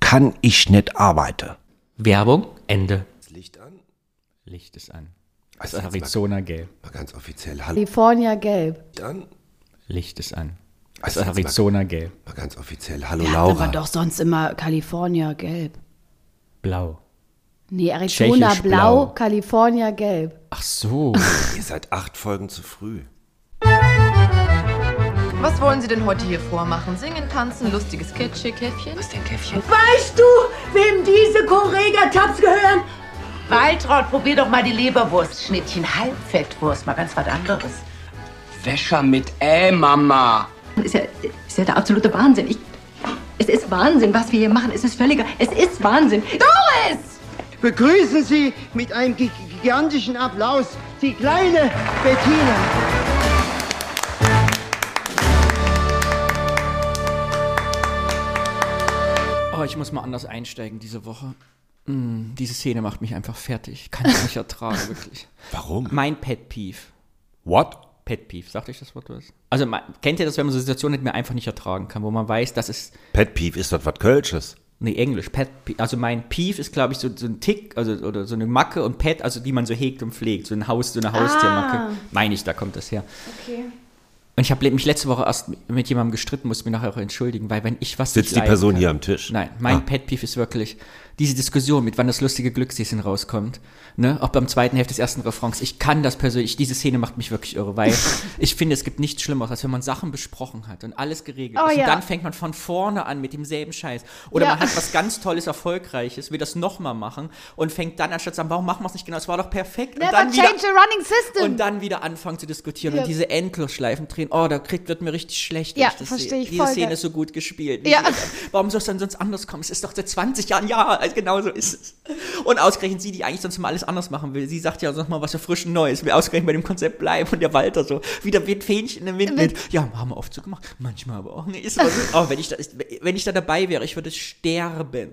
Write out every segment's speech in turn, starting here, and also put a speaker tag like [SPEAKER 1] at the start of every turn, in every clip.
[SPEAKER 1] kann ich nicht arbeiten.
[SPEAKER 2] Werbung, Ende.
[SPEAKER 3] Licht an.
[SPEAKER 2] Licht ist an.
[SPEAKER 3] Also
[SPEAKER 2] Arizona gelb.
[SPEAKER 3] mal ganz offiziell. Hallo.
[SPEAKER 4] California gelb.
[SPEAKER 3] Licht an.
[SPEAKER 2] Licht ist an.
[SPEAKER 3] Also
[SPEAKER 2] Arizona gelb.
[SPEAKER 3] Mal ganz offiziell. Hallo
[SPEAKER 4] Ja,
[SPEAKER 3] Laura.
[SPEAKER 4] aber doch sonst immer California gelb.
[SPEAKER 2] Blau.
[SPEAKER 4] Nee, Arizona
[SPEAKER 2] Tschechisch
[SPEAKER 4] blau,
[SPEAKER 2] blau.
[SPEAKER 4] California gelb.
[SPEAKER 2] Ach so.
[SPEAKER 3] Ihr seid acht Folgen zu früh.
[SPEAKER 5] Was wollen Sie denn heute hier vormachen? Singen, tanzen, lustiges Kitschig, Käffchen? Was denn Käffchen?
[SPEAKER 6] Weißt du, wem diese Korega-Tabs gehören? Waltraud, probier doch mal die Leberwurstschnittchen. Halbfettwurst, mal ganz was anderes.
[SPEAKER 7] Wäscher mit Ä, Mama.
[SPEAKER 8] ist ja, ist ja der absolute Wahnsinn. Ich, es ist Wahnsinn, was wir hier machen. Es ist völliger, es ist Wahnsinn. Doris!
[SPEAKER 9] begrüßen Sie mit einem gi- gigantischen Applaus die kleine Bettina.
[SPEAKER 7] Oh, ich muss mal anders einsteigen diese Woche. Hm, diese Szene macht mich einfach fertig. Kann ich nicht ertragen, wirklich.
[SPEAKER 3] Warum?
[SPEAKER 7] Mein Pet Peeve.
[SPEAKER 3] What?
[SPEAKER 7] Pet Peeve, sagte ich das Wort was? Also, man, kennt ihr das, wenn man so Situationen nicht mehr einfach nicht ertragen kann, wo man weiß, das ist,
[SPEAKER 3] Pet Peeve ist das was Kölsches.
[SPEAKER 7] nee, Englisch, Pet Peeve, also mein Peeve ist, glaube ich, so, so ein Tick, also, oder so eine Macke und Pet, also die man so hegt und pflegt, so ein Haus, so eine Haustiermacke. Meine ich, da kommt das her.
[SPEAKER 4] Okay.
[SPEAKER 7] Und ich habe mich letzte Woche erst mit jemandem gestritten, musste mich nachher auch entschuldigen, weil wenn ich was
[SPEAKER 3] Sitzt
[SPEAKER 7] nicht
[SPEAKER 3] die
[SPEAKER 7] leiden
[SPEAKER 3] Person
[SPEAKER 7] kann,
[SPEAKER 3] hier am Tisch?
[SPEAKER 7] Nein, mein
[SPEAKER 3] Ah.
[SPEAKER 7] Pet Peeve ist wirklich diese Diskussion mit, wann das lustige Glückshäschen rauskommt. Ne? Auch beim zweiten Hälfte des ersten Refrains. Ich kann das persönlich. Diese Szene macht mich wirklich irre, weil ich finde, es gibt nichts Schlimmeres, als wenn man Sachen besprochen hat und alles geregelt
[SPEAKER 4] Oh
[SPEAKER 7] ist.
[SPEAKER 4] ja.
[SPEAKER 7] Und dann fängt man von vorne an mit demselben Scheiß. Oder
[SPEAKER 4] Ja.
[SPEAKER 7] man hat was ganz Tolles, Erfolgreiches, will das nochmal machen und fängt dann anstatt zu sagen, warum machen wir es nicht genau? Es war doch perfekt.
[SPEAKER 4] Never
[SPEAKER 7] und dann
[SPEAKER 4] change the
[SPEAKER 7] wieder,
[SPEAKER 4] running system.
[SPEAKER 7] und dann wieder anfangen zu diskutieren
[SPEAKER 4] Ja.
[SPEAKER 7] und diese Endlosschleifen drehen. Oh, da kriegt, wird mir richtig schlecht. wenn
[SPEAKER 4] Ja,
[SPEAKER 7] das
[SPEAKER 4] verstehe
[SPEAKER 7] sehe.
[SPEAKER 4] ich
[SPEAKER 7] Diese
[SPEAKER 4] voll,
[SPEAKER 7] Szene
[SPEAKER 4] ja.
[SPEAKER 7] ist so gut gespielt.
[SPEAKER 4] Ja.
[SPEAKER 7] Diese- Warum soll es dann sonst anders kommen? Es ist doch seit 20 Jahren, ja, also genau so ist es. Und ausgerechnet sie, die eigentlich sonst mal alles anders machen will, sie sagt ja, sag mal, was erfrischend Neues. Wir ausgerechnet bei dem Konzept bleiben und der Walter so, wieder weht Fähnchen im Wind mit. Ja, haben wir oft so gemacht. Manchmal aber auch nicht. Ist aber so. Oh, wenn ich da, ist- wenn ich da dabei wäre, ich würde sterben.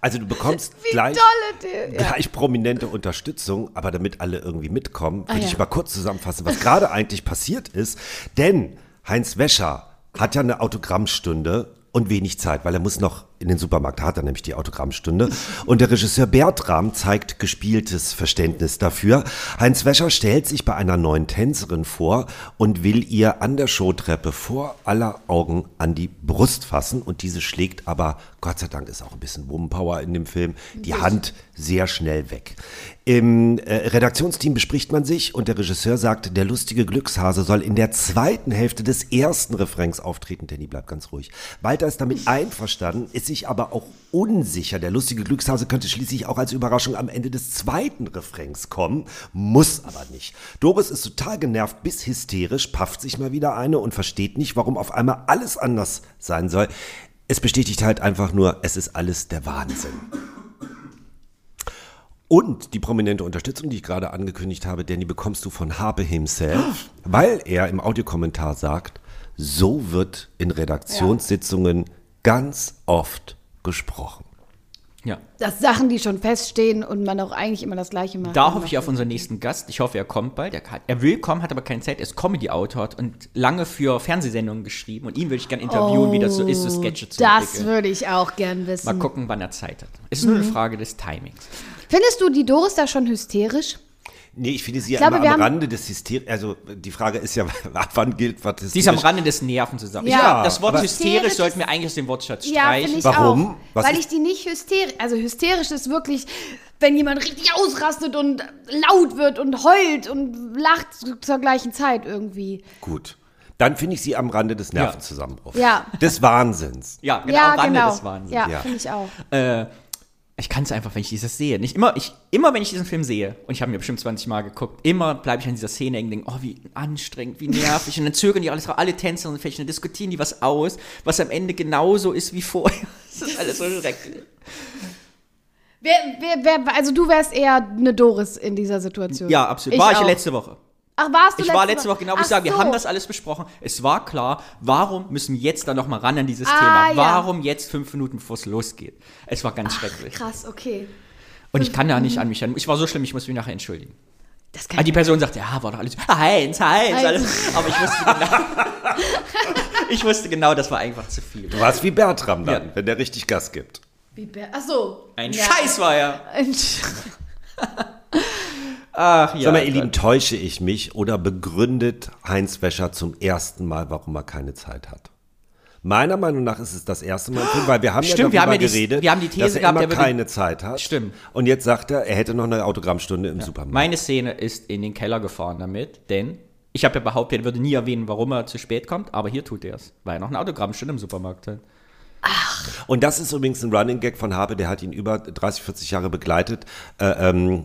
[SPEAKER 3] Also du bekommst gleich,
[SPEAKER 4] Tolle Idee.
[SPEAKER 3] gleich prominente Unterstützung, aber damit alle irgendwie mitkommen, würde
[SPEAKER 4] ja.
[SPEAKER 3] ich mal kurz zusammenfassen, was gerade eigentlich passiert ist. Denn Heinz Wäscher hat ja eine Autogrammstunde und wenig Zeit, weil er muss noch in den Supermarkt, da hat er nämlich die Autogrammstunde. Und der Regisseur Bertram zeigt gespieltes Verständnis dafür. Heinz Wäscher stellt sich bei einer neuen Tänzerin vor und will ihr an der Showtreppe vor aller Augen an die Brust fassen. Und diese schlägt aber, Gott sei Dank ist auch ein bisschen Wumpower in dem Film, die Hand sehr schnell weg. Im äh, Redaktionsteam bespricht man sich und der Regisseur sagt, der lustige Glückshase soll in der zweiten Hälfte des ersten Refrains auftreten. Danny bleibt ganz ruhig. Walter ist damit einverstanden, ist sich aber auch unsicher. Der lustige Glückshase könnte schließlich auch als Überraschung am Ende des zweiten Refrains kommen, muss aber nicht. Doris ist total genervt bis hysterisch, pafft sich mal wieder eine und versteht nicht, warum auf einmal alles anders sein soll. Es bestätigt halt einfach nur, es ist alles der Wahnsinn. Und die prominente Unterstützung, die ich gerade angekündigt habe, denn die bekommst du von Harpe himself, weil er im Audiokommentar sagt, so wird in Redaktionssitzungen ganz oft gesprochen.
[SPEAKER 7] Ja.
[SPEAKER 4] Das Sachen, die schon feststehen und man auch eigentlich immer das Gleiche macht.
[SPEAKER 7] Da hoffe ich auf unseren nächsten Gast. Ich hoffe, er kommt bald. Er, hat, er will kommen, hat aber keine Zeit. Er ist Comedy-Autor hat und lange für Fernsehsendungen geschrieben. Und ihn würde ich gerne interviewen, wie das so ist, so Sketche zu
[SPEAKER 4] Oh, Das
[SPEAKER 7] entwickeln.
[SPEAKER 4] würde ich auch gern wissen.
[SPEAKER 7] Mal gucken, wann er Zeit hat. Es ist nur eine
[SPEAKER 4] Mhm.
[SPEAKER 7] Frage des Timings.
[SPEAKER 4] Findest du die Doris da schon hysterisch?
[SPEAKER 3] Nee, ich finde sie ja
[SPEAKER 4] glaube,
[SPEAKER 3] immer
[SPEAKER 4] wir
[SPEAKER 3] am
[SPEAKER 4] haben-
[SPEAKER 3] Rande des Hysterie. Also die Frage ist ja, ab wann gilt was
[SPEAKER 7] Sie ist am Rande des Nerven zusammen.
[SPEAKER 4] Ja.
[SPEAKER 7] Ich glaube, das Wort
[SPEAKER 3] aber-
[SPEAKER 7] hysterisch
[SPEAKER 4] Hysterisch-
[SPEAKER 7] sollten wir eigentlich aus dem Wortschatz
[SPEAKER 4] Ja, finde
[SPEAKER 7] streichen.
[SPEAKER 4] ich
[SPEAKER 3] Warum?
[SPEAKER 4] auch.
[SPEAKER 3] Was
[SPEAKER 4] weil
[SPEAKER 3] ist-
[SPEAKER 4] ich die nicht hysterisch, also hysterisch ist wirklich, wenn jemand richtig ausrastet und laut wird und heult und lacht zu- zur gleichen Zeit irgendwie.
[SPEAKER 3] Gut. Dann finde ich sie am Rande des Nervenzusammenbruchs.
[SPEAKER 4] Ja.
[SPEAKER 3] Des Wahnsinns.
[SPEAKER 7] ja, genau,
[SPEAKER 4] ja,
[SPEAKER 7] Rande
[SPEAKER 4] genau.
[SPEAKER 7] des Wahnsinns.
[SPEAKER 4] Ja,
[SPEAKER 3] Ja.
[SPEAKER 4] finde ich auch.
[SPEAKER 7] Ich kann es einfach, wenn ich dieses sehe. Nicht immer, ich, immer wenn ich diesen Film sehe, und ich habe mir bestimmt 20 Mal geguckt, immer bleibe ich an dieser Szene hängen und denke, oh, wie anstrengend, wie nervig. Und dann zögern die alles raus, alle Tänzer und Fächer, dann diskutieren die was aus, was am Ende genauso ist wie vorher. Das ist alles so schrecklich.
[SPEAKER 4] Wer, wer, wer, also du wärst eher eine Doris in dieser Situation.
[SPEAKER 7] Ja, absolut.
[SPEAKER 4] Ich
[SPEAKER 7] war ich
[SPEAKER 4] auch.
[SPEAKER 7] letzte Woche.
[SPEAKER 4] Ach, warst du
[SPEAKER 7] Ich war letzte Woche, genau, wie ich
[SPEAKER 4] Ach
[SPEAKER 7] sage,
[SPEAKER 4] so.
[SPEAKER 7] wir haben das alles besprochen. Es war klar, warum müssen wir jetzt da nochmal ran an dieses
[SPEAKER 4] Ah,
[SPEAKER 7] Thema?
[SPEAKER 4] ja.
[SPEAKER 7] Warum jetzt fünf Minuten, bevor es losgeht? Es war ganz schrecklich.
[SPEAKER 4] Krass, okay.
[SPEAKER 7] Und ich kann da nicht an mich erinnern. Ich war so schlimm, ich muss mich nachher entschuldigen.
[SPEAKER 4] Das
[SPEAKER 7] Ah,
[SPEAKER 4] kann
[SPEAKER 7] die Person sagt, ja, war doch alles. Heinz, Heinz,
[SPEAKER 4] Heinz.
[SPEAKER 7] alles. Aber ich wusste genau. ich wusste genau, das war einfach zu viel.
[SPEAKER 3] Du warst wie Bertram dann,
[SPEAKER 7] Ja.
[SPEAKER 3] wenn der richtig Gas gibt.
[SPEAKER 4] Wie Bär- Ach so.
[SPEAKER 7] Ein
[SPEAKER 4] Ja.
[SPEAKER 7] Scheiß war ja.
[SPEAKER 4] Ein Sch-
[SPEAKER 7] Ach ja.
[SPEAKER 3] Sag mal, ihr
[SPEAKER 7] Gott.
[SPEAKER 3] Lieben, täusche ich mich oder begründet Heinz Wäscher zum ersten Mal, warum er keine Zeit hat? Meiner Meinung nach ist es das erste Mal, im Film, weil wir haben
[SPEAKER 7] Stimmt,
[SPEAKER 3] ja darüber
[SPEAKER 7] wir haben ja die-
[SPEAKER 3] geredet,
[SPEAKER 7] wir haben die These
[SPEAKER 3] dass er
[SPEAKER 7] gehabt,
[SPEAKER 3] immer
[SPEAKER 7] er würde-
[SPEAKER 3] keine Zeit hat.
[SPEAKER 7] Stimmt.
[SPEAKER 3] Und jetzt sagt er, er hätte noch eine Autogrammstunde im Supermarkt.
[SPEAKER 7] Meine Szene ist in den Keller gefahren damit, denn ich habe ja behauptet, er würde nie erwähnen, warum er zu spät kommt, aber hier tut er es, weil er noch ein Autogrammstunde im Supermarkt halt. hat.
[SPEAKER 3] Und das ist übrigens ein Running Gag von Habe, der hat ihn über 30, 40 Jahre begleitet. Äh, ähm,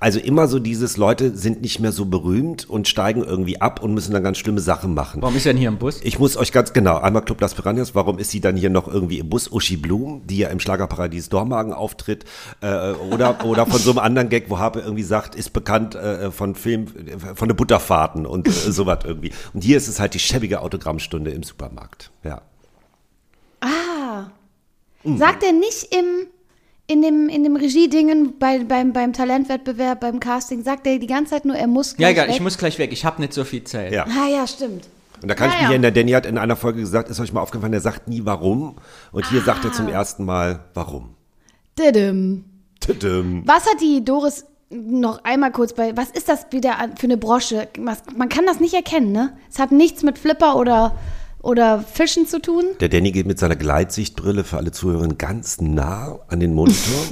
[SPEAKER 3] also immer so dieses, Leute sind nicht mehr so berühmt und steigen irgendwie ab und müssen dann ganz schlimme Sachen machen.
[SPEAKER 7] Warum ist er denn hier im Bus?
[SPEAKER 3] Ich muss euch ganz genau, einmal Club Las Piranhas, warum ist sie dann hier noch irgendwie im Bus? Uschi Blum, die ja im Schlagerparadies Dormagen auftritt, äh, oder, oder von so einem anderen Gag, wo Harpe irgendwie sagt, ist bekannt äh, von Film, äh, von den Butterfahrten und äh, sowas irgendwie. Und hier ist es halt die schäbige Autogrammstunde im Supermarkt. Ja.
[SPEAKER 4] Sagt er nicht im, in dem, in dem Regiedingen bei, beim, beim Talentwettbewerb, beim Casting, sagt er die ganze Zeit nur, er muss
[SPEAKER 7] ja,
[SPEAKER 4] gleich
[SPEAKER 7] egal,
[SPEAKER 4] weg?
[SPEAKER 7] ich muss gleich weg, ich habe nicht so viel Zeit.
[SPEAKER 3] Ja.
[SPEAKER 4] Ah ja, stimmt.
[SPEAKER 3] Und da kann ich mich
[SPEAKER 4] Naja.
[SPEAKER 3] erinnern, der Danny hat in einer Folge gesagt, ist euch mal aufgefallen, der sagt nie warum. Und hier sagt er zum ersten Mal warum.
[SPEAKER 4] Didim.
[SPEAKER 3] Tüdüm.
[SPEAKER 4] Was hat die Doris noch einmal kurz bei, was ist das wieder an- für eine Brosche? Was- Man kann das nicht erkennen, ne? Es hat nichts mit Flipper oder, oder Fischen zu tun.
[SPEAKER 3] Der Danny geht mit seiner Gleitsichtbrille für alle Zuhörerinnen ganz nah an den Monitor.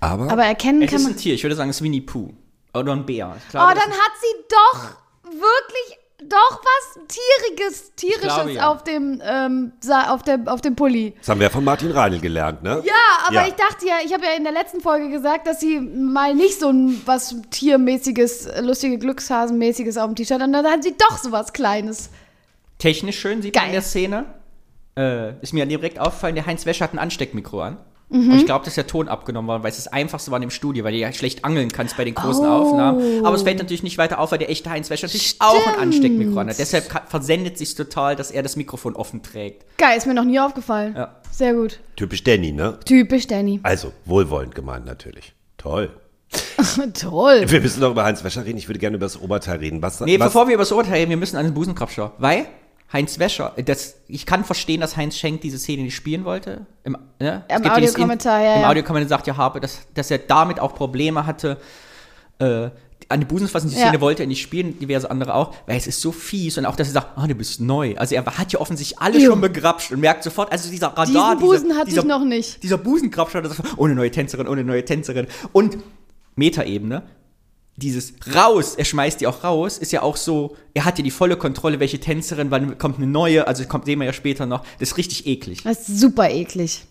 [SPEAKER 3] Aber,
[SPEAKER 4] Aber erkennen
[SPEAKER 7] Es
[SPEAKER 4] kann
[SPEAKER 7] ist
[SPEAKER 4] man.
[SPEAKER 7] ein Tier, ich würde sagen, es ist Winnie Pooh. Oder ein Bär. Ich
[SPEAKER 4] Oh,
[SPEAKER 7] glaube, das
[SPEAKER 4] dann hat sie doch wirklich doch was Tieriges, Tierisches
[SPEAKER 7] glaube, ja.
[SPEAKER 4] auf dem ähm, Sa- auf der auf dem Pulli.
[SPEAKER 3] das haben wir von Martin Reinl gelernt, ne?
[SPEAKER 4] Ja, aber ich dachte ja, ich habe ja in der letzten Folge gesagt, dass sie mal nicht so ein was tiermäßiges, lustige Glückshasenmäßiges auf dem T-Shirt, und dann hat sie doch sowas Kleines.
[SPEAKER 7] ist technisch schön, sieht man
[SPEAKER 4] Geil.
[SPEAKER 7] in der Szene. Äh, ist mir direkt aufgefallen, der Heinz Wäscher hat ein Ansteckmikro an. Und ich glaube, dass der Ton abgenommen war, weil es das einfachste war in dem Studio, weil du ja schlecht angeln kannst bei den großen Aufnahmen. Aber es fällt natürlich nicht weiter auf, weil der echte Heinz Wäscher natürlich auch ein Ansteckmikro an hat. Deshalb ka- versendet sich total, dass er das Mikrofon offen trägt.
[SPEAKER 4] Geil, ist mir noch nie aufgefallen.
[SPEAKER 7] Ja.
[SPEAKER 4] Sehr gut.
[SPEAKER 3] Typisch Danny, ne?
[SPEAKER 4] Typisch Danny.
[SPEAKER 3] Also, wohlwollend gemeint natürlich. Toll.
[SPEAKER 4] Toll.
[SPEAKER 3] Wir müssen noch über Heinz Wäscher reden. Ich würde gerne über das Oberteil reden. Was,
[SPEAKER 7] Nee,
[SPEAKER 3] was,
[SPEAKER 7] bevor wir über das Urteil reden, wir müssen an den Busenkrabscher. Weil Heinz Wäscher, äh, das, ich kann verstehen, dass Heinz Schenk diese Szene nicht spielen wollte. Im, ne? Es
[SPEAKER 4] Im
[SPEAKER 7] gibt ja dieses In-
[SPEAKER 4] Audiokommentar, ja,
[SPEAKER 7] Im
[SPEAKER 4] ja.
[SPEAKER 7] Audiokommentar sagt ja Harpe, dass, dass er damit auch Probleme hatte, äh, an den Busen zu fassen. Die
[SPEAKER 4] Ja.
[SPEAKER 7] Szene wollte er nicht spielen, diverse andere auch, weil es ist so fies. Und auch, dass er sagt, ah, du bist neu. Also er hat ja offensichtlich alle
[SPEAKER 4] Ew.
[SPEAKER 7] schon begrapscht und merkt sofort, also dieser Radar.
[SPEAKER 4] Diesen Busen
[SPEAKER 7] dieser,
[SPEAKER 4] hatte ich
[SPEAKER 7] dieser,
[SPEAKER 4] noch nicht.
[SPEAKER 7] Dieser Busenkrabscher, das ohne neue Tänzerin, ohne neue Tänzerin. Und Metaebene, dieses raus, er schmeißt die auch raus, ist ja auch so, er hat ja die volle Kontrolle, welche Tänzerin, wann kommt eine neue, also kommt sehen wir ja später noch, das ist richtig eklig.
[SPEAKER 4] Das ist super eklig.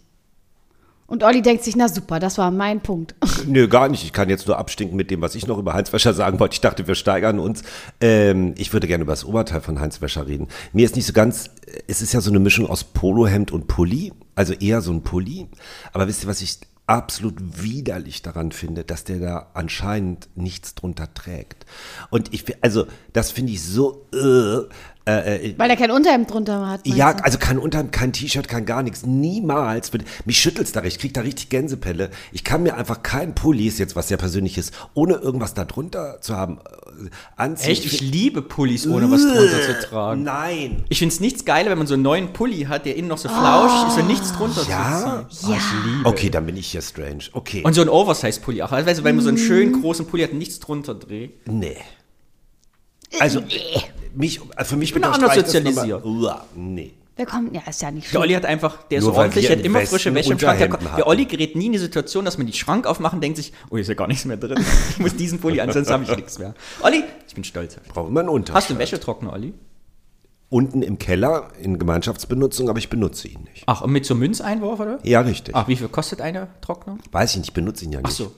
[SPEAKER 4] Und Olli denkt sich, na super, das war mein Punkt.
[SPEAKER 3] Nö, gar nicht. Ich kann jetzt nur abstinken mit dem, was ich noch über Heinz Wäscher sagen wollte. Ich dachte, wir steigern uns. Ähm, ich würde gerne über das Oberteil von Heinz Wäscher reden. Mir ist nicht so ganz, es ist ja so eine Mischung aus Polohemd und Pulli, also eher so ein Pulli. Aber wisst ihr, was ich absolut widerlich daran finde, dass der da anscheinend nichts drunter trägt. Und ich, fi- also, das finde ich so, äh,
[SPEAKER 4] Weil er kein Unterhemd drunter hat. meinst
[SPEAKER 3] ja,
[SPEAKER 4] du?
[SPEAKER 3] also kein Unterhemd, kein T-Shirt, kein gar nichts. Niemals. Würde, mich schüttelt's da, ich krieg da richtig Gänsepelle. Ich kann mir einfach keinen Pulli, ist jetzt was sehr persönliches, ohne irgendwas da drunter zu haben, äh, anziehen.
[SPEAKER 7] Echt? Ich liebe Pullis, ohne was drunter zu tragen.
[SPEAKER 3] Nein.
[SPEAKER 7] Ich finde es nichts geiler, wenn man so einen neuen Pulli hat, der innen noch so flauschig ist und nichts drunter
[SPEAKER 3] Ja?
[SPEAKER 7] zu ziehen. Ja. Ich liebe.
[SPEAKER 3] Okay, dann bin ich hier strange. Okay.
[SPEAKER 7] Und so ein Oversize-Pulli auch. Also, weißt du, wenn man so einen
[SPEAKER 3] Mm.
[SPEAKER 7] schönen großen Pulli hat und nichts drunter trägt.
[SPEAKER 3] nee. Also, mich, also für mich
[SPEAKER 7] bin
[SPEAKER 3] bedeutet
[SPEAKER 7] auch anders
[SPEAKER 3] Streich das nochmal-
[SPEAKER 7] sozialisiert.
[SPEAKER 3] Uah, nee.
[SPEAKER 4] Wer kommt? Ja, ist ja nicht
[SPEAKER 7] Der
[SPEAKER 4] schlimm.
[SPEAKER 7] Olli hat einfach, der ist
[SPEAKER 3] Nur weil
[SPEAKER 7] ordentlich,
[SPEAKER 3] wir
[SPEAKER 7] der hat
[SPEAKER 3] im
[SPEAKER 7] immer
[SPEAKER 3] Westen
[SPEAKER 7] frische Wäsche im Schrank. Der,
[SPEAKER 3] Unterhemden
[SPEAKER 7] der
[SPEAKER 3] hatten.
[SPEAKER 7] Olli gerät nie in die Situation, dass man den Schrank aufmacht und denkt sich, oh, hier ist ja gar nichts mehr drin. Ich muss diesen Pulli an, sonst habe ich nichts mehr. Olli, ich bin stolz. auf dich.
[SPEAKER 3] Brauche immer einen Unterhemd.
[SPEAKER 7] Hast du einen Wäschetrockner, Olli?
[SPEAKER 3] Unten im Keller in Gemeinschaftsbenutzung, aber ich benutze ihn nicht.
[SPEAKER 7] Ach, und mit so Münzeinwurf, oder?
[SPEAKER 3] Ja, richtig.
[SPEAKER 7] Ach, wie viel kostet eine Trockner?
[SPEAKER 3] Weiß ich nicht, ich benutze ihn ja nicht.
[SPEAKER 7] Ach so.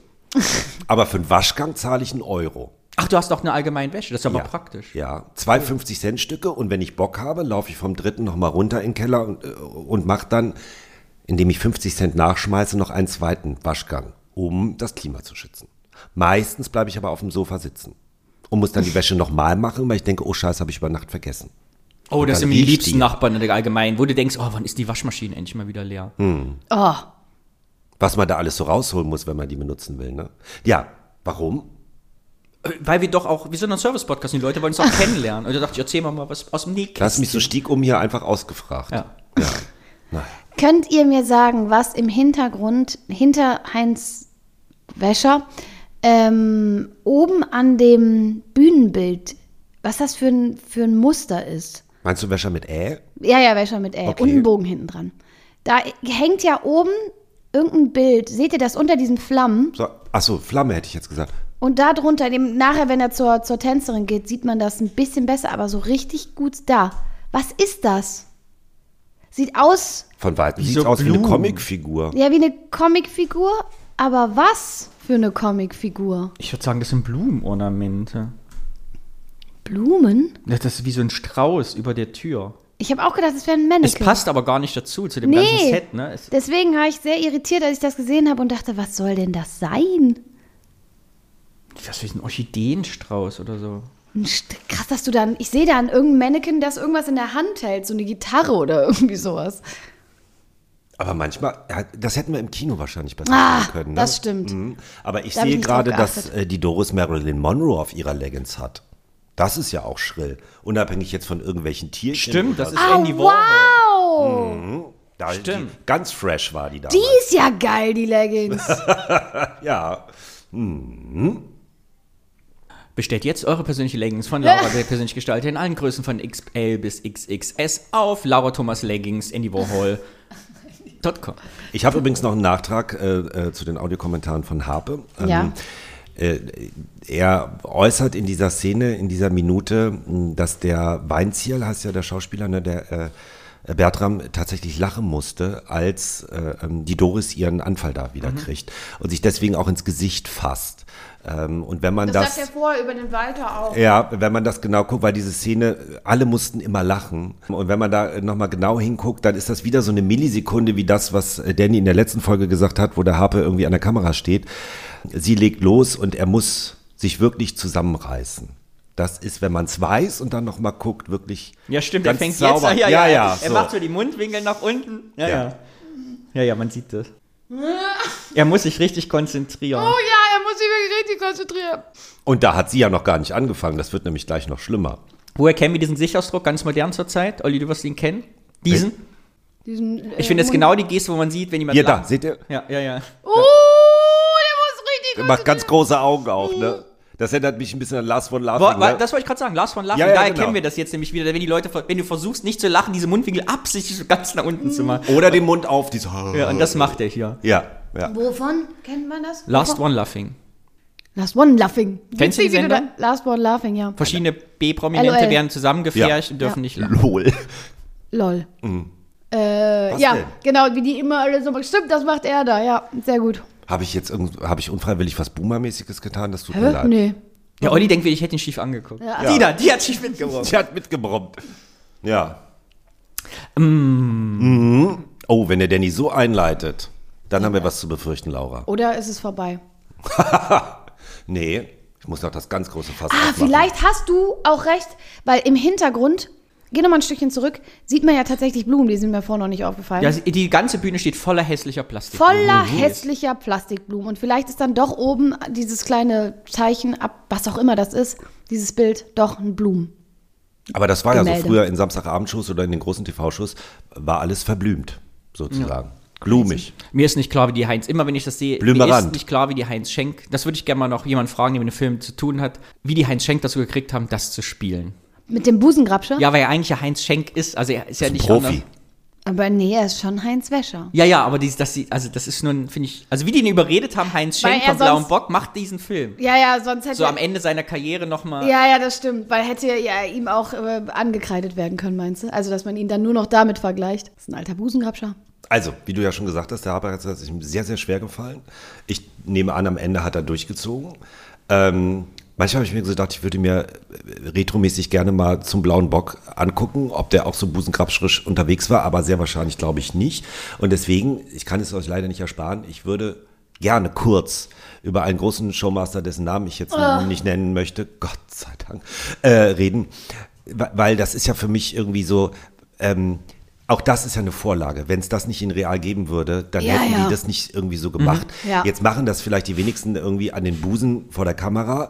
[SPEAKER 3] Aber für einen Waschgang zahle ich einen Euro.
[SPEAKER 7] Ach, du hast auch eine allgemeine Wäsche, das ist aber
[SPEAKER 3] ja.
[SPEAKER 7] praktisch.
[SPEAKER 3] Ja, zwei 50 Cent Stücke und wenn ich Bock habe, laufe ich vom dritten nochmal runter in den Keller und, äh, und mache dann, indem ich 50 Cent nachschmeiße, noch einen zweiten Waschgang. um das Klima zu schützen. Meistens bleibe ich aber auf dem Sofa sitzen und muss dann die Wäsche nochmal machen, weil ich denke, oh Scheiß, habe ich über Nacht vergessen.
[SPEAKER 7] Oh, das
[SPEAKER 3] dann
[SPEAKER 7] sind mir die
[SPEAKER 3] liegt
[SPEAKER 7] liebsten
[SPEAKER 3] die.
[SPEAKER 7] Nachbarn oder allgemein, wo du denkst, oh, wann ist die Waschmaschine endlich mal wieder leer?
[SPEAKER 4] Oh,
[SPEAKER 3] Was man da alles so rausholen muss, wenn man die benutzen will. Ne? Ja, warum?
[SPEAKER 7] Äh, Weil wir doch auch, wir sind ein Service-Podcast und die Leute wollen uns auch kennenlernen. Und da dachte ich, erzähl mal mal was aus dem Nick.
[SPEAKER 3] Lass mich so stieg um hier einfach ausgefragt.
[SPEAKER 7] Ja.
[SPEAKER 4] Könnt ihr mir sagen, was im Hintergrund hinter Heinz Wäscher ähm, oben an dem Bühnenbild, was das für ein, für ein Muster ist?
[SPEAKER 3] Meinst du Wäscher mit Ä?
[SPEAKER 4] Ja, ja, Wäscher mit L
[SPEAKER 3] Okay.
[SPEAKER 4] und einen Bogen hinten dran. Da hängt ja oben irgendein Bild. Seht ihr das unter diesen Flammen?
[SPEAKER 3] So, achso, Flamme hätte ich jetzt gesagt.
[SPEAKER 4] Und da drunter, dem, nachher, wenn er zur, zur Tänzerin geht, sieht man das ein bisschen besser, aber so richtig gut da. Was ist das? Sieht aus
[SPEAKER 3] Von weitem
[SPEAKER 7] Wieso
[SPEAKER 3] sieht es aus wie
[SPEAKER 7] Blumen?
[SPEAKER 3] eine Comicfigur.
[SPEAKER 4] ja wie eine Comicfigur, aber was für eine Comicfigur?
[SPEAKER 7] Ich würde sagen, das sind Blumenornamente.
[SPEAKER 4] Blumen?
[SPEAKER 7] Das ist wie so ein Strauß über der Tür.
[SPEAKER 4] Ich habe auch gedacht, es wäre ein Mannequin.
[SPEAKER 7] Es passt aber gar nicht dazu, zu dem ganzen
[SPEAKER 4] Nee.
[SPEAKER 7] Set, ne? Es,
[SPEAKER 4] Deswegen war ich sehr irritiert, als ich das gesehen habe und dachte, was soll denn das sein?
[SPEAKER 7] was ist ein Orchideenstrauß oder so?
[SPEAKER 4] Ein St- Krass, dass du dann, ich sehe da an irgendeinem Mannequin, das irgendwas in der Hand hält, so eine Gitarre oder irgendwie sowas.
[SPEAKER 3] Aber manchmal, ja, das hätten wir im Kino wahrscheinlich besser
[SPEAKER 4] Ah,
[SPEAKER 3] machen können. Ne?
[SPEAKER 4] das stimmt.
[SPEAKER 3] Mhm. Aber ich
[SPEAKER 4] Da hab ich
[SPEAKER 3] sehe
[SPEAKER 4] nicht
[SPEAKER 3] gerade,
[SPEAKER 4] drauf
[SPEAKER 3] dass
[SPEAKER 4] geachtet.
[SPEAKER 3] äh, die Doris Marilyn Monroe auf ihrer Leggings hat. Das ist ja auch schrill. Unabhängig jetzt von irgendwelchen Tierchen.
[SPEAKER 7] Stimmt,
[SPEAKER 3] oder
[SPEAKER 7] das
[SPEAKER 3] so.
[SPEAKER 7] ist
[SPEAKER 4] Ah,
[SPEAKER 7] Andy Warhol.
[SPEAKER 4] Wow!
[SPEAKER 3] da,
[SPEAKER 7] stimmt.
[SPEAKER 3] Die, ganz fresh war die da.
[SPEAKER 4] Die ist ja geil, die Leggings.
[SPEAKER 3] Ja.
[SPEAKER 7] Bestellt jetzt eure persönliche Leggings von Laura, der persönlich gestaltet in allen Größen von XL bis XXS auf Laura Thomas Leggings in die Warhol.com.
[SPEAKER 3] Ich habe übrigens noch einen Nachtrag äh, äh, zu den Audiokommentaren von Harpe. Ähm, äh,
[SPEAKER 4] Ja.
[SPEAKER 3] er äußert in dieser Szene, in dieser Minute, mh, dass der Weinzierl, heißt ja der Schauspieler, ne, der äh, Bertram tatsächlich lachen musste, als äh, ähm, die Doris ihren Anfall da wieder kriegt und sich deswegen auch ins Gesicht fasst. Ähm, und wenn man das,
[SPEAKER 4] vorher über den Walter auch.
[SPEAKER 3] ja, wenn man das genau guckt, weil diese Szene, alle mussten immer lachen. Und wenn man da nochmal genau hinguckt, dann ist das wieder so eine Millisekunde wie das, was äh, Danny in der letzten Folge gesagt hat, wo der Harpe irgendwie an der Kamera steht. Sie legt los und er muss sich wirklich zusammenreißen. Das ist, wenn man es weiß und dann nochmal guckt, wirklich.
[SPEAKER 7] Ja, stimmt,
[SPEAKER 3] ganz
[SPEAKER 7] er fängt
[SPEAKER 3] sauber.
[SPEAKER 7] jetzt. Ja, ja,
[SPEAKER 3] ja.
[SPEAKER 7] er- Er
[SPEAKER 3] so.
[SPEAKER 7] macht so die Mundwinkel nach unten. Ja, ja.
[SPEAKER 3] Ja.
[SPEAKER 7] Ja, ja, man sieht das. Er muss sich richtig konzentrieren.
[SPEAKER 4] Oh ja, er muss sich wirklich richtig konzentrieren.
[SPEAKER 3] Und da hat sie ja noch gar nicht angefangen. Das wird nämlich gleich noch schlimmer.
[SPEAKER 7] Woher kennen wir diesen Gesichtsausdruck ganz modern zur Zeit? Olli, du wirst ihn kennen. Diesen?
[SPEAKER 4] Diesen, äh,
[SPEAKER 7] Ich finde jetzt
[SPEAKER 4] Mund-
[SPEAKER 7] genau die Geste, wo man sieht, wenn jemand.
[SPEAKER 3] Hier, da,
[SPEAKER 7] lacht.
[SPEAKER 3] seht ihr?
[SPEAKER 7] Ja, ja, ja.
[SPEAKER 4] Uh, der muss richtig
[SPEAKER 3] Er macht ganz
[SPEAKER 4] konzentrieren.
[SPEAKER 3] große Augen auch, ne? Das erinnert mich ein bisschen an Lars von
[SPEAKER 7] Wo-
[SPEAKER 3] Laughing.
[SPEAKER 7] wa-
[SPEAKER 3] ne?
[SPEAKER 7] Das wollte ich gerade sagen, Lars von Lachen,
[SPEAKER 3] Ja, ja,
[SPEAKER 7] daher
[SPEAKER 3] genau.
[SPEAKER 7] kennen wir das jetzt nämlich wieder, wenn die Leute, ver- wenn du versuchst nicht zu lachen, diese Mundwinkel absichtlich so ganz nach unten zu machen.
[SPEAKER 3] Oder den Mund auf, diese.
[SPEAKER 7] Ja, und das macht er hier.
[SPEAKER 3] Ja, ja.
[SPEAKER 4] Wovon kennt man das?
[SPEAKER 7] Last One Laughing.
[SPEAKER 4] Last One Laughing.
[SPEAKER 7] Kennst du
[SPEAKER 4] Witzig,
[SPEAKER 7] die
[SPEAKER 4] wie da-
[SPEAKER 7] Sendung?
[SPEAKER 4] Last One Laughing, ja.
[SPEAKER 7] Verschiedene B-Prominente
[SPEAKER 4] LOL.
[SPEAKER 7] werden zusammengefärscht
[SPEAKER 3] Ja.
[SPEAKER 7] und dürfen nicht lachen.
[SPEAKER 3] Lol.
[SPEAKER 4] Lol. Äh, ja,
[SPEAKER 3] denn?
[SPEAKER 4] genau, wie die immer alle so. Stimmt, das macht er da, ja. Sehr gut.
[SPEAKER 3] Habe ich jetzt irgend, habe ich unfreiwillig was Boomermäßiges getan? Das tut mir
[SPEAKER 4] Hä?
[SPEAKER 3] leid.
[SPEAKER 4] Nee.
[SPEAKER 7] Der Olli denkt, ich hätte ihn schief angeguckt.
[SPEAKER 4] Ja.
[SPEAKER 7] Die da, die hat schief mitgeworfen.
[SPEAKER 3] Sie hat mitgebrummt. Ja. Mhm. Oh, wenn der Danny so einleitet, dann haben wir was zu befürchten, Laura.
[SPEAKER 4] Oder ist es vorbei?
[SPEAKER 3] Nee, ich muss noch das ganz große Fass
[SPEAKER 4] Ah,
[SPEAKER 3] aufmachen.
[SPEAKER 4] vielleicht hast du auch recht, weil im Hintergrund, geh nochmal ein Stückchen zurück, sieht man ja tatsächlich Blumen, die sind mir vorher noch nicht aufgefallen.
[SPEAKER 7] Ja, Mhm. die ganze Bühne steht voller hässlicher Plastik.
[SPEAKER 4] Voller hässlicher Plastikblumen. Und vielleicht ist dann doch oben dieses kleine Zeichen, ab, was auch immer das ist, dieses Bild, doch ein Blumen.
[SPEAKER 3] Aber das war ja
[SPEAKER 4] Gemälde.
[SPEAKER 3] so früher in Samstagabendshows oder in den großen TV-Shows, war alles verblümt, sozusagen. Blumig.
[SPEAKER 7] Mir ist nicht klar, wie die Heinz, immer wenn ich das sehe, mir
[SPEAKER 3] Blümerand.
[SPEAKER 7] ist nicht klar, wie die Heinz Schenk, das würde ich gerne mal noch jemanden fragen, der mit dem Film zu tun hat, wie die Heinz Schenk dazu gekriegt haben, das zu spielen.
[SPEAKER 4] Mit dem Busengrabscher?
[SPEAKER 7] Ja, weil er eigentlich ja Heinz Schenk ist, also er ist ja
[SPEAKER 3] Ein
[SPEAKER 7] nicht
[SPEAKER 3] Profi.
[SPEAKER 7] anders-
[SPEAKER 4] Aber nee, er ist schon Heinz Wäscher.
[SPEAKER 7] Ja, ja, aber dies, das, sieht- also das ist nun, finde ich, also wie die ihn überredet haben, Heinz
[SPEAKER 4] Weil
[SPEAKER 7] Schenk
[SPEAKER 4] er
[SPEAKER 7] vom Blauen
[SPEAKER 4] sonst-
[SPEAKER 7] Bock macht diesen Film.
[SPEAKER 4] Ja, ja, sonst hätte
[SPEAKER 7] So am Ende seiner Karriere nochmal.
[SPEAKER 4] Ja, ja, das stimmt. Weil hätte ja ihm auch äh, angekreidet werden können, meinst du? Also, dass man ihn dann nur noch damit vergleicht. Das ist ein alter Busengrabscher.
[SPEAKER 3] Also, wie du ja schon gesagt hast, der Haber hat es ihm sehr, sehr schwer gefallen. Ich nehme an, am Ende hat er durchgezogen. Ähm, manchmal habe ich mir so gedacht, ich würde mir äh, retromäßig gerne mal zum blauen Bock angucken, ob der auch so busenkrapschrisch unterwegs war, aber sehr wahrscheinlich glaube ich nicht. Und deswegen, ich kann es euch leider nicht ersparen, ich würde gerne kurz über einen großen Showmaster, dessen Namen ich jetzt
[SPEAKER 4] Ah.
[SPEAKER 3] nicht nennen möchte, Gott sei Dank, äh, reden. Wa- Weil das ist ja für mich irgendwie so, ähm, auch das ist ja eine Vorlage. Wenn es das nicht in real geben würde, dann
[SPEAKER 4] Ja,
[SPEAKER 3] hätten
[SPEAKER 4] ja.
[SPEAKER 3] die das nicht irgendwie so gemacht.
[SPEAKER 4] Ja.
[SPEAKER 3] Jetzt machen das vielleicht die wenigsten irgendwie an den Busen vor der Kamera.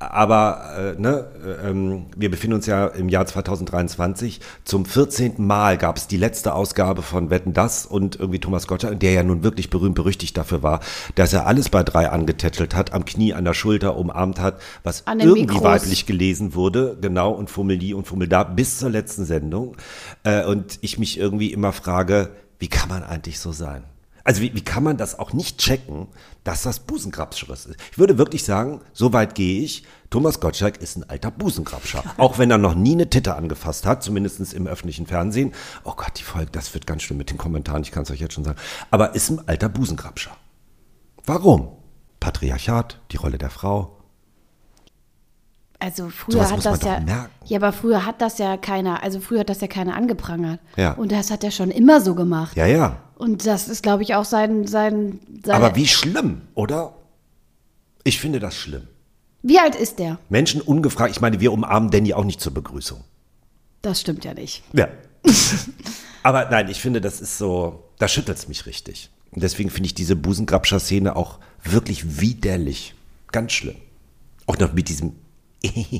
[SPEAKER 3] Aber äh, ne, äh, ähm, wir befinden uns ja im Jahr 2023. Zum 14. Mal gab es die letzte Ausgabe von Wetten Das und irgendwie Thomas Gottschalk, der ja nun wirklich berühmt berüchtigt dafür war, dass er alles bei drei angetätschelt hat, am Knie, an der Schulter umarmt hat, was
[SPEAKER 4] An den
[SPEAKER 3] irgendwie
[SPEAKER 4] Mikros.
[SPEAKER 3] weiblich gelesen wurde, genau, und Fummel die und Fummel da bis zur letzten Sendung. Äh, und ich mich irgendwie immer frage, wie kann man eigentlich so sein? Also wie, wie kann man das auch nicht checken, dass das Busengrabschriss ist? Ich würde wirklich sagen, so weit gehe ich. Thomas Gottschalk ist ein alter Busengrabscher. Auch wenn er noch nie eine Titte angefasst hat, zumindest im öffentlichen Fernsehen. Oh Gott, die Folge, das wird ganz schlimm mit den Kommentaren, ich kann es euch jetzt schon sagen. Aber ist ein alter Busengrabscher. Warum? Patriarchat, die Rolle der Frau.
[SPEAKER 4] Also früher
[SPEAKER 3] Sowas
[SPEAKER 4] hat
[SPEAKER 3] muss man
[SPEAKER 4] das
[SPEAKER 3] doch
[SPEAKER 4] ja.
[SPEAKER 3] merken.
[SPEAKER 4] Ja, aber früher hat das ja keiner, also früher hat das ja keiner angeprangert.
[SPEAKER 3] Ja.
[SPEAKER 4] Und das hat er schon immer so gemacht.
[SPEAKER 3] Ja, ja,
[SPEAKER 4] Und das ist, glaube ich, auch sein, sein, sein
[SPEAKER 3] Aber wie schlimm, oder? Ich finde das schlimm.
[SPEAKER 4] Wie alt ist der?
[SPEAKER 3] Menschen ungefragt, ich meine, wir umarmen Danny auch nicht zur Begrüßung.
[SPEAKER 4] Das stimmt ja nicht.
[SPEAKER 3] Ja. Aber nein, ich finde, das ist so, da schüttelt es mich richtig. Und deswegen finde ich diese Busengrabscher-Szene auch wirklich widerlich. Ganz schlimm. Auch noch mit diesem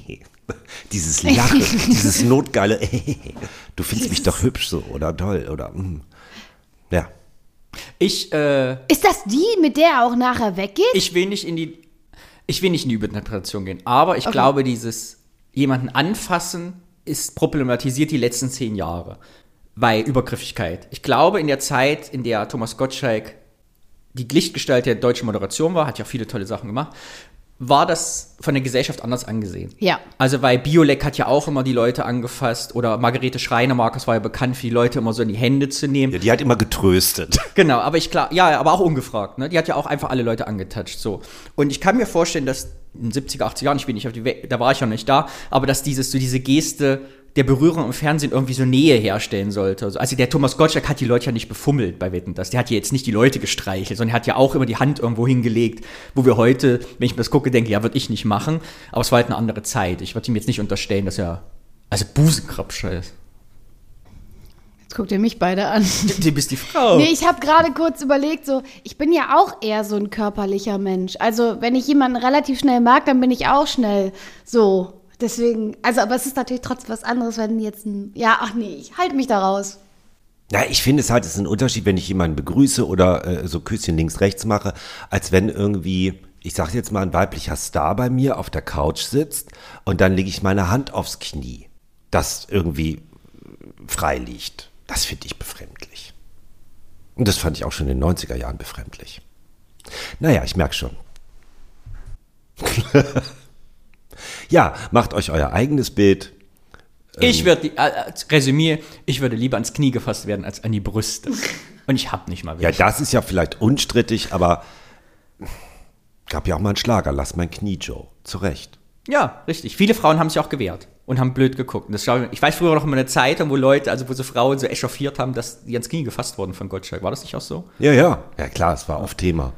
[SPEAKER 3] dieses Lachen, dieses notgeile Du findest mich doch hübsch so oder toll oder mm. Ja.
[SPEAKER 7] Ich, äh,
[SPEAKER 4] Ist das die, mit der er auch nachher weggeht?
[SPEAKER 7] ich will nicht in die, ich will nicht in die Überinterpretation gehen, aber ich glaube, dieses jemanden anfassen ist problematisiert die letzten zehn Jahre bei Übergriffigkeit. Ich glaube, in der Zeit, in der Thomas Gottschalk die Lichtgestalt der deutschen Moderation war, hat ja viele tolle Sachen gemacht, war das von der Gesellschaft anders angesehen.
[SPEAKER 4] Ja.
[SPEAKER 7] Also weil Biolek hat ja auch immer die Leute angefasst oder Margarete Schreiner, Markus war ja bekannt für die Leute immer so in die Hände zu nehmen.
[SPEAKER 3] ja. Die hat immer getröstet.
[SPEAKER 7] Genau, aber ich klar, ja, ja, aber auch ungefragt, ne? Die hat ja auch einfach alle Leute angetatscht, so. Und ich kann mir vorstellen, dass in 70er, 80er Jahren, ich bin nicht auf die Welt, da war ich ja noch nicht da, aber dass dieses, so diese Geste der Berührung im Fernsehen irgendwie so Nähe herstellen sollte. Also, Also der Thomas Gottschalk hat die Leute ja nicht befummelt bei Wetten, das. Der hat ja jetzt nicht die Leute gestreichelt, sondern er hat ja auch immer die Hand irgendwo hingelegt, wo wir heute, wenn ich mir das gucke, denke, ja, würde ich nicht machen, aber es war halt eine andere Zeit. Ich würde ihm jetzt nicht unterstellen, dass er, also Busenkrabscher ist.
[SPEAKER 4] Jetzt guckt ihr mich beide an.
[SPEAKER 7] Du bist die Frau.
[SPEAKER 4] Nee, ich habe gerade kurz überlegt, so, ich bin ja auch eher so ein körperlicher Mensch. Also, wenn ich jemanden relativ schnell mag, dann bin ich auch schnell so. Deswegen, also, aber es ist natürlich trotzdem was anderes, wenn jetzt ein, ja, ach nee, ich halte mich da raus.
[SPEAKER 3] Ja, ich finde es halt, es ist ein Unterschied, wenn ich jemanden begrüße oder äh, so Küsschen links, rechts mache, als wenn irgendwie, ich sage jetzt mal, ein weiblicher Star bei mir auf der Couch sitzt und dann lege ich meine Hand aufs Knie, das irgendwie frei liegt. Das finde ich befremdlich. Und das fand ich auch schon in den 90er Jahren befremdlich. Naja, ich merke schon. ja, macht euch euer eigenes Bild. Ähm.
[SPEAKER 7] Ich würde, äh, als Resümee, ich würde lieber ans Knie gefasst werden als an die Brüste. Und ich hab nicht mal
[SPEAKER 3] Ja,
[SPEAKER 7] welche.
[SPEAKER 3] das ist ja vielleicht unstrittig, aber gab ja auch mal einen Schlager, lass mein Knie, Joe. Zu Recht.
[SPEAKER 7] Ja, richtig. Viele Frauen haben sich auch gewehrt und haben blöd geguckt. Und das schau ich, ich weiß früher noch mal eine Zeit, wo Leute, also wo so Frauen so echauffiert haben, dass die ans Knie gefasst wurden von Gottschalk. War das nicht auch so?
[SPEAKER 3] Ja, ja. Ja, klar, es war oft Thema.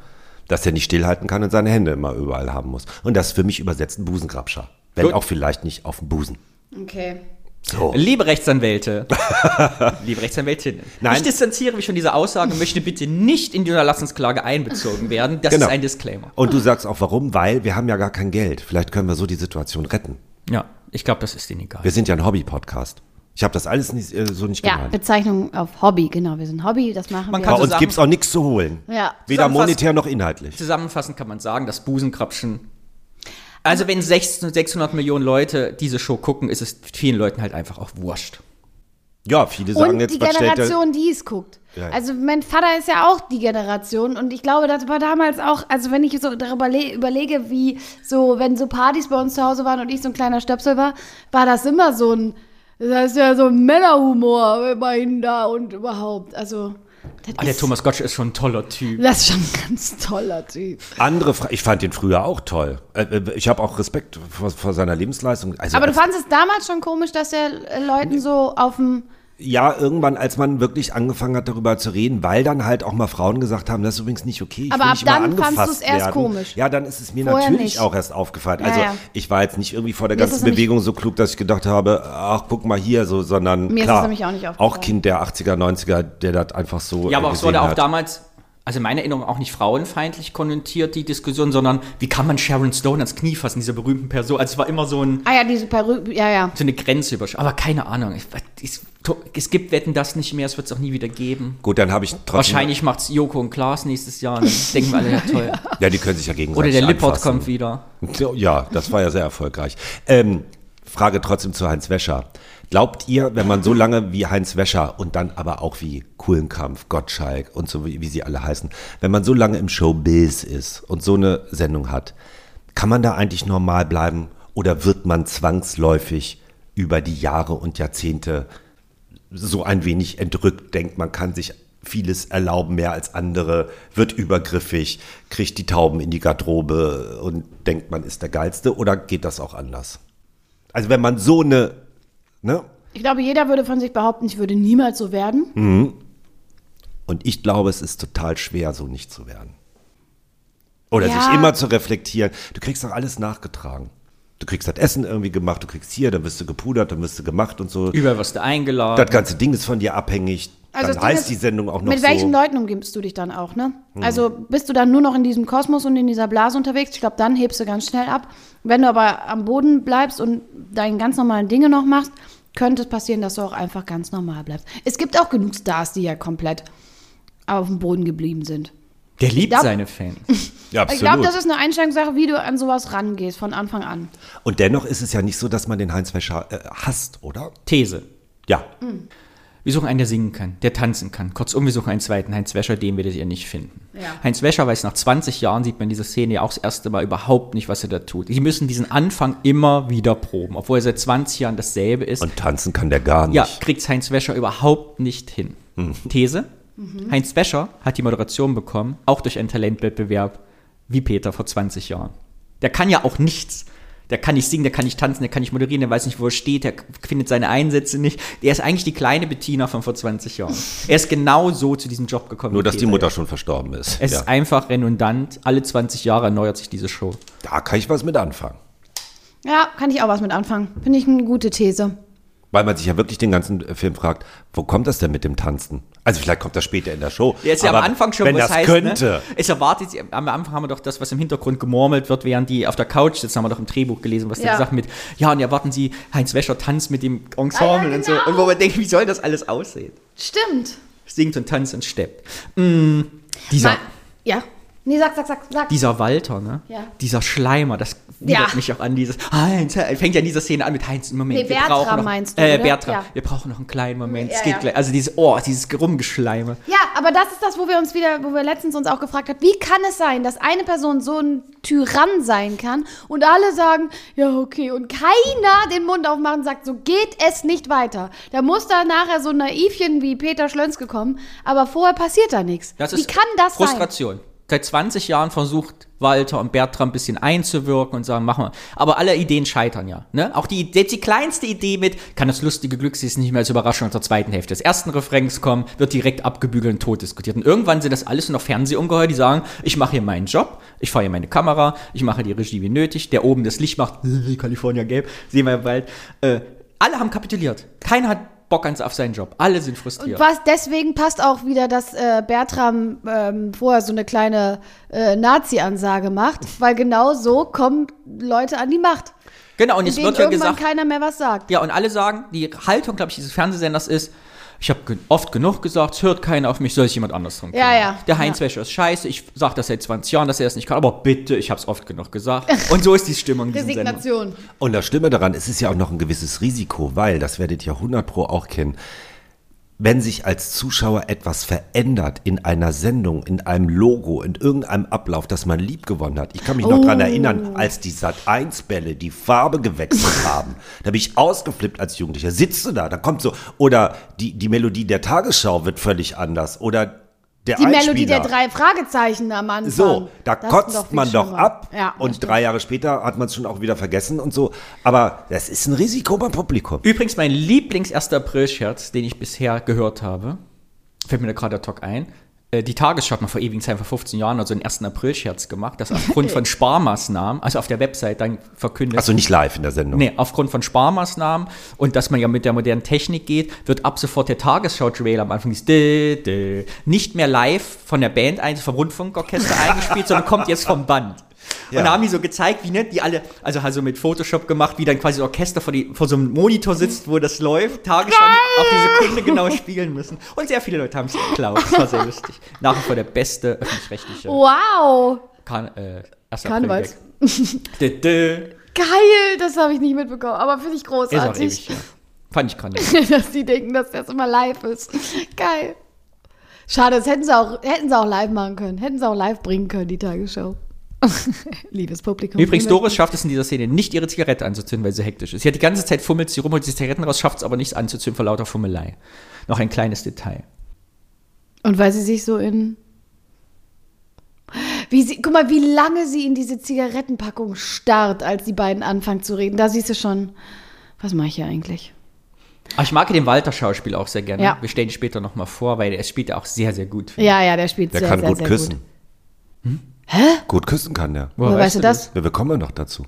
[SPEAKER 3] Dass er nicht stillhalten kann und seine Hände immer überall haben muss. Und das ist für mich übersetzt ein Busengrabscher. Wenn
[SPEAKER 7] Gut.
[SPEAKER 3] auch vielleicht nicht auf dem Busen.
[SPEAKER 4] Okay.
[SPEAKER 3] So.
[SPEAKER 7] Liebe Rechtsanwälte, liebe Rechtsanwältinnen,
[SPEAKER 3] Nein.
[SPEAKER 7] ich distanziere mich von dieser Aussage und möchte bitte nicht in die Unterlassensklage einbezogen werden. Das
[SPEAKER 3] Genau.
[SPEAKER 7] ist ein Disclaimer.
[SPEAKER 3] Und du sagst auch warum, weil wir haben ja gar kein Geld. Vielleicht können wir so die Situation retten.
[SPEAKER 7] Ja, ich glaube, das ist denen egal.
[SPEAKER 3] Wir sind ja ein Hobby-Podcast. Ich habe das alles nicht, äh, so nicht
[SPEAKER 4] Ja,
[SPEAKER 3] gemeint.
[SPEAKER 4] Bezeichnung auf Hobby, genau. Wir sind Hobby, das machen
[SPEAKER 7] Man
[SPEAKER 4] wir.
[SPEAKER 3] Bei
[SPEAKER 7] kann Also
[SPEAKER 3] uns
[SPEAKER 7] sagen-
[SPEAKER 3] gibt's auch nichts zu holen.
[SPEAKER 4] Ja.
[SPEAKER 3] Weder
[SPEAKER 7] Zusammenfassend-
[SPEAKER 3] monetär noch inhaltlich.
[SPEAKER 7] Zusammenfassend kann man sagen, das Busenkrapschen. Also wenn 600 600 Millionen Leute diese Show gucken, ist es vielen Leuten halt einfach auch wurscht.
[SPEAKER 3] Ja, viele sagen
[SPEAKER 4] Und
[SPEAKER 3] jetzt,
[SPEAKER 4] die
[SPEAKER 3] was stellt der-
[SPEAKER 4] Generation, die es guckt.
[SPEAKER 3] Ja, ja.
[SPEAKER 4] Also mein Vater ist ja auch die Generation und ich glaube, das war damals auch, also wenn ich so darüber le- überlege, wie so, wenn so Partys bei uns zu Hause waren und ich so ein kleiner Stöpsel war, war das immer so ein, das ist ja so ein Männerhumor immerhin da und überhaupt. Also das,
[SPEAKER 7] Ah, der
[SPEAKER 4] ist,
[SPEAKER 7] Thomas Gottsch ist schon ein toller Typ.
[SPEAKER 4] das ist schon ein ganz toller Typ.
[SPEAKER 3] Andere, Fra ich fand den früher auch toll. Äh, äh, Ich habe auch Respekt vor, vor seiner Lebensleistung. Also
[SPEAKER 4] Aber du
[SPEAKER 3] als-
[SPEAKER 4] fandest es damals schon komisch, dass er äh, Leuten so auf dem
[SPEAKER 3] ja, irgendwann, als man wirklich angefangen hat, darüber zu reden, weil dann halt auch mal Frauen gesagt haben, das ist übrigens nicht okay. Ich
[SPEAKER 4] Aber
[SPEAKER 3] will
[SPEAKER 4] ab
[SPEAKER 3] nicht immer
[SPEAKER 4] dann fandst
[SPEAKER 3] angefasst
[SPEAKER 4] du's erst
[SPEAKER 3] werden.
[SPEAKER 4] komisch.
[SPEAKER 3] Ja, dann ist es mir
[SPEAKER 4] Vorher
[SPEAKER 3] natürlich
[SPEAKER 4] nicht.
[SPEAKER 3] auch erst aufgefallen.
[SPEAKER 4] Ja,
[SPEAKER 3] also
[SPEAKER 4] ja.
[SPEAKER 3] ich war jetzt nicht irgendwie vor der
[SPEAKER 4] Mir ist
[SPEAKER 3] ganzen
[SPEAKER 4] es nämlich-
[SPEAKER 3] Bewegung so klug, dass ich gedacht habe, ach, guck mal hier, so, sondern
[SPEAKER 4] Mir ist es
[SPEAKER 3] klar,
[SPEAKER 4] nämlich auch nicht aufgefallen.
[SPEAKER 3] auch Kind der 80er, 90er, der das einfach so
[SPEAKER 7] Ja, aber
[SPEAKER 3] äh,
[SPEAKER 7] es wurde
[SPEAKER 3] gesehen
[SPEAKER 7] auch
[SPEAKER 3] hat.
[SPEAKER 7] damals, also in meiner Erinnerung, auch nicht frauenfeindlich konnotiert, die Diskussion, sondern wie kann man Sharon Stone ans Knie fassen, dieser berühmten Person? Also es war immer so, ein,
[SPEAKER 4] Ah ja, diese Perücke, ja, ja.
[SPEAKER 7] so eine Grenze überschritten. Aber keine Ahnung, ich, es, es gibt Wetten das nicht mehr, es wird es auch nie wieder geben.
[SPEAKER 3] Gut, dann habe ich trotzdem...
[SPEAKER 7] Wahrscheinlich macht es Joko und Klaas nächstes Jahr, und dann denken wir alle, ja toll.
[SPEAKER 3] Ja, die können sich ja gegenseitig
[SPEAKER 7] Oder der Lippert
[SPEAKER 3] anfassen.
[SPEAKER 7] kommt wieder.
[SPEAKER 3] Ja, das war ja sehr erfolgreich. Ähm, Frage trotzdem zu Heinz Wäscher. Glaubt ihr, wenn man so lange wie Heinz Wäscher und dann aber auch wie Kuhlenkampf, Gottschalk und so, wie wie sie alle heißen, wenn man so lange im Showbiz ist und so eine Sendung hat, kann man da eigentlich normal bleiben oder wird man zwangsläufig über die Jahre und Jahrzehnte so ein wenig entrückt, denkt, man kann sich vieles erlauben, mehr als andere, wird übergriffig, kriegt die Tauben in die Garderobe und denkt, man ist der Geilste oder geht das auch anders? Also wenn man so eine, ne?
[SPEAKER 4] Ich glaube, jeder würde von sich behaupten, ich würde niemals so werden.
[SPEAKER 3] Und ich glaube, es ist total schwer, so nicht zu werden. Oder
[SPEAKER 4] Ja.
[SPEAKER 3] sich immer zu reflektieren. Du kriegst doch alles nachgetragen. Du kriegst das Essen irgendwie gemacht, du kriegst hier, dann wirst du gepudert, dann wirst du gemacht und so.
[SPEAKER 7] Überall wirst du eingeladen.
[SPEAKER 3] Das ganze Ding ist von dir abhängig.
[SPEAKER 4] Also das
[SPEAKER 3] dann
[SPEAKER 4] Ding
[SPEAKER 3] heißt
[SPEAKER 4] ist,
[SPEAKER 3] die Sendung auch noch
[SPEAKER 4] Mit
[SPEAKER 3] so. Hm.
[SPEAKER 4] welchen Leuten umgibst du dich dann auch, ne? Also bist du dann nur noch in diesem Kosmos und in dieser Blase unterwegs? Ich glaube, dann hebst du ganz schnell ab. Wenn du aber am Boden bleibst und deine ganz normalen Dinge noch machst, könnte es passieren, dass du auch einfach ganz normal bleibst. Es gibt auch genug Stars, die ja komplett auf dem Boden geblieben sind.
[SPEAKER 7] der liebt
[SPEAKER 4] glaub-
[SPEAKER 7] seine Fans.
[SPEAKER 3] ja,
[SPEAKER 4] Ich glaube, das ist eine Einstellungssache, wie du an sowas rangehst von Anfang an.
[SPEAKER 3] Und dennoch ist es ja nicht so, dass man den Heinz Wäscher äh, hasst, oder?
[SPEAKER 7] These.
[SPEAKER 3] Ja.
[SPEAKER 7] Wir suchen einen, der singen kann, der tanzen kann. Kurzum, wir suchen einen zweiten Heinz Wäscher, den werdet ihr nicht finden. Heinz Wäscher weiß, nach 20 Jahren sieht man in dieser Szene ja auch das erste Mal überhaupt nicht, was er da tut. Die müssen diesen Anfang immer wieder proben, obwohl er seit 20 Jahren dasselbe ist.
[SPEAKER 3] Und tanzen kann der gar nicht. Mhm.
[SPEAKER 7] ja, kriegt Heinz Wäscher überhaupt nicht hin. These. Heinz Wäscher hat die Moderation bekommen, auch durch einen Talentwettbewerb, wie Peter vor 20 Jahren. Der kann ja auch nichts. Der kann nicht singen, der kann nicht tanzen, der kann nicht moderieren, der weiß nicht, wo er steht, der findet seine Einsätze nicht. Er ist eigentlich die kleine Bettina von vor 20 Jahren. Er ist genau so zu diesem Job gekommen.
[SPEAKER 3] Nur,
[SPEAKER 7] wie
[SPEAKER 3] dass die
[SPEAKER 7] Peter
[SPEAKER 3] Mutter
[SPEAKER 7] ist.
[SPEAKER 3] schon verstorben ist.
[SPEAKER 7] Es
[SPEAKER 3] ja.
[SPEAKER 7] ist einfach redundant. Alle 20 Jahre erneuert sich diese Show.
[SPEAKER 3] Da kann ich was mit anfangen.
[SPEAKER 4] Ja, kann ich auch was mit anfangen. Finde ich eine gute These.
[SPEAKER 3] Weil man sich ja wirklich den ganzen äh, Film fragt, wo kommt das denn mit dem Tanzen? Also vielleicht kommt das später in der Show.
[SPEAKER 7] Ja, ist ja
[SPEAKER 3] aber
[SPEAKER 7] am Anfang schon,
[SPEAKER 3] wenn
[SPEAKER 7] wo es
[SPEAKER 3] das
[SPEAKER 7] heißt,
[SPEAKER 3] könnte.
[SPEAKER 7] Ne? Es erwartet, sie- am Anfang haben wir doch das, was im Hintergrund gemurmelt wird, während die auf der Couch sitzen, haben wir doch im Drehbuch gelesen, was
[SPEAKER 4] Ja.
[SPEAKER 7] der gesagt mit, ja, und erwarten sie, Heinz Wäscher tanzt mit dem Ensemble und so.
[SPEAKER 4] genau.
[SPEAKER 7] Und wo man denkt, wie soll das alles aussehen?
[SPEAKER 4] Stimmt.
[SPEAKER 7] Singt und tanzt und steppt. Mm, dieser,
[SPEAKER 4] Ma- ja. Nee, sag, sag, sag, sag.
[SPEAKER 7] dieser Walter, ne?
[SPEAKER 4] Ja.
[SPEAKER 7] Dieser Schleimer, das widert
[SPEAKER 4] Ja.
[SPEAKER 7] mich auch an dieses, Heinz, fängt ja in dieser Szene an mit Heinz, im Moment,
[SPEAKER 4] Nee, Bertram
[SPEAKER 7] noch,
[SPEAKER 4] meinst du,
[SPEAKER 7] äh,
[SPEAKER 4] oder?
[SPEAKER 7] Bertram,
[SPEAKER 4] Ja.
[SPEAKER 7] wir brauchen noch einen kleinen Moment, es
[SPEAKER 4] Ja,
[SPEAKER 7] geht
[SPEAKER 4] ja.
[SPEAKER 7] gleich, also dieses, oh, dieses Rumgeschleime.
[SPEAKER 4] Ja, aber das ist das, wo wir uns wieder, wo wir letztens uns auch gefragt haben, wie kann es sein, dass eine Person so ein Tyrann sein kann und alle sagen, ja, okay, und keiner den Mund aufmachen und sagt, so geht es nicht weiter. Da muss da nachher so ein Naivchen wie Peter Schlönske kommen, aber vorher passiert da nichts.
[SPEAKER 7] Das
[SPEAKER 4] wie
[SPEAKER 7] ist
[SPEAKER 4] kann das sein?
[SPEAKER 7] Frustration. Seit 20 Jahren versucht Walter und Bertram ein bisschen einzuwirken und sagen, machen wir. Aber alle Ideen scheitern ja. Ne? Auch die, selbst die kleinste Idee mit, kann das lustige Glück, sie ist nicht mehr als Überraschung zur zweiten Hälfte des ersten Refrains kommen, wird direkt abgebügelt und tot diskutiert. Und irgendwann sind das alles nur noch Fernsehungeheuer, die sagen, ich mache hier meinen Job, ich fahre hier meine Kamera, ich mache die Regie wie nötig, der oben das Licht macht, California gelb, sehen wir bald. Äh, alle haben kapituliert. Keiner hat Bock ans, auf seinen Job. Alle sind frustriert.
[SPEAKER 4] Und was deswegen passt auch wieder, dass äh, Bertram ähm, vorher so eine kleine äh, Nazi-Ansage macht, weil genau so kommen Leute an die Macht,
[SPEAKER 7] Genau, und es
[SPEAKER 4] denen
[SPEAKER 7] wird ja
[SPEAKER 4] irgendwann
[SPEAKER 7] gesagt,
[SPEAKER 4] keiner mehr was sagt.
[SPEAKER 7] Ja, und alle sagen, die Haltung, glaube ich, dieses Fernsehsenders ist, ich habe ge oft genug gesagt, es hört keiner auf mich, soll sich jemand anders drum kümmern.
[SPEAKER 4] Ja, ja.
[SPEAKER 7] Der Heinz Wäscher ist scheiße, ich sage das seit 20 Jahren, dass er es nicht kann, aber bitte, ich habe es oft genug gesagt. Und so ist die Stimmung in diesem Sender.
[SPEAKER 4] Resignation.
[SPEAKER 3] Und das Schlimme daran, es ist ja auch noch ein gewisses Risiko, weil, das werdet ihr 100 Pro auch kennen, wenn sich als Zuschauer etwas verändert in einer Sendung, in einem Logo, in irgendeinem Ablauf, das man lieb gewonnen hat. Ich kann mich noch
[SPEAKER 4] Oh.
[SPEAKER 3] dran erinnern, als die Sat1-Bälle die Farbe gewechselt haben. Da bin ich ausgeflippt als Jugendlicher. Sitzt du da, da kommt so, oder die, die Melodie der Tagesschau wird völlig anders, oder der
[SPEAKER 4] Die Melodie der
[SPEAKER 3] Einspieler.
[SPEAKER 4] drei Fragezeichen am Anfang.
[SPEAKER 3] So, da
[SPEAKER 4] Das ist
[SPEAKER 3] kotzt
[SPEAKER 4] viel
[SPEAKER 3] man doch
[SPEAKER 4] schlimmer.
[SPEAKER 3] ab
[SPEAKER 4] Ja, das
[SPEAKER 3] und
[SPEAKER 4] stimmt.
[SPEAKER 3] drei Jahre später hat man es schon auch wieder vergessen und so. Aber das ist ein Risiko beim Publikum.
[SPEAKER 7] Übrigens mein Lieblings 1. April-Scherz, den ich bisher gehört habe, fällt mir da gerade ad hoc ein. Äh, Die Tagesschau hat mal vor ewigen Zeit, vor 15 Jahren, also einen 1. April-Scherz gemacht, das aufgrund von Sparmaßnahmen, also auf der Website dann verkündet.
[SPEAKER 3] Also nicht live in der Sendung.
[SPEAKER 7] Nee, aufgrund von Sparmaßnahmen und dass man ja mit der modernen Technik geht, wird ab sofort der Tagesschau-Trailer am Anfang dieses Dä, Dä, nicht mehr live von der Band eines vom Rundfunkorchester eingespielt, sondern kommt jetzt vom Band. Und da haben die so gezeigt, wie ne, die alle, also also mit Photoshop gemacht, wie dann quasi das Orchester vor, die, vor so einem Monitor sitzt, wo das läuft, Tagesschau auf die Sekunde genau spielen müssen. Und sehr viele Leute haben es geklaut. Das war sehr lustig. Nach wie vor der beste öffentlich-rechtliche
[SPEAKER 4] Wow.
[SPEAKER 7] kan äh, erster
[SPEAKER 4] Oh. Karnevals.
[SPEAKER 7] April-Gag. Dä, dä.
[SPEAKER 4] Geil, das habe ich nicht mitbekommen, aber finde ich
[SPEAKER 7] Ist auch
[SPEAKER 4] großartig,
[SPEAKER 7] ewig. Ja. Fand ich gerade.
[SPEAKER 4] dass die denken, dass das immer live ist. Geil. Schade, das hätten sie auch, hätten sie auch live machen können. Hätten sie auch live bringen können, die Tagesschau. Liebes Publikum.
[SPEAKER 7] Übrigens,
[SPEAKER 4] liebe-
[SPEAKER 7] Doris schafft es in dieser Szene nicht, ihre Zigarette anzuzünden, weil sie hektisch ist. Sie hat die ganze Zeit fummelt sie rum, holt die Zigaretten raus, schafft es aber nicht anzuzünden vor lauter Fummelei. Noch ein kleines Detail.
[SPEAKER 4] Und weil sie sich so in. Wie sie, guck mal, wie lange sie in diese Zigarettenpackung starrt, als die beiden anfangen zu reden. Da siehst du schon, was mache ich hier eigentlich?
[SPEAKER 7] Aber ich mag den Walter-Schauspiel auch sehr gerne.
[SPEAKER 4] Ja.
[SPEAKER 7] Wir stellen ihn später nochmal vor, weil er spielt ja auch sehr, sehr gut.
[SPEAKER 4] Ja, ja, der spielt
[SPEAKER 3] Der
[SPEAKER 4] sehr,
[SPEAKER 3] kann
[SPEAKER 4] sehr,
[SPEAKER 3] gut
[SPEAKER 4] sehr
[SPEAKER 3] küssen.
[SPEAKER 4] gut.
[SPEAKER 7] Hm?
[SPEAKER 3] Hä? Gut küssen kann der.
[SPEAKER 7] Woher
[SPEAKER 4] Woher weißt du das?
[SPEAKER 3] Ja, wir kommen noch dazu.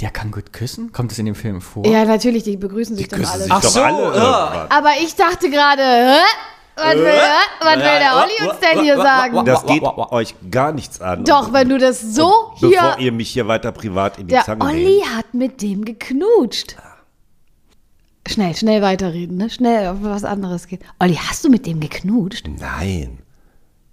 [SPEAKER 7] Der kann gut küssen? Kommt das in dem Film vor?
[SPEAKER 4] Ja, natürlich, die begrüßen sich dann
[SPEAKER 3] Küssen
[SPEAKER 4] alle.
[SPEAKER 3] sich doch
[SPEAKER 7] so,
[SPEAKER 3] alle
[SPEAKER 7] ah.
[SPEAKER 3] irgendwann.
[SPEAKER 4] Aber ich dachte gerade, hä? was will, hä? was will der Olli uns denn hier sagen?
[SPEAKER 3] Das geht
[SPEAKER 7] Wa- wa- wa- wa-
[SPEAKER 3] euch gar nichts an.
[SPEAKER 4] Doch,
[SPEAKER 3] Und
[SPEAKER 4] wenn du das so
[SPEAKER 3] Bevor
[SPEAKER 4] hier.
[SPEAKER 3] ihr mich hier weiter privat in die
[SPEAKER 4] Der
[SPEAKER 3] Zange
[SPEAKER 4] Olli
[SPEAKER 3] nehmt.
[SPEAKER 4] hat mit dem geknutscht. Schnell, schnell weiterreden, ne? Schnell auf was anderes geht. Olli, hast du mit dem geknutscht?
[SPEAKER 3] Nein.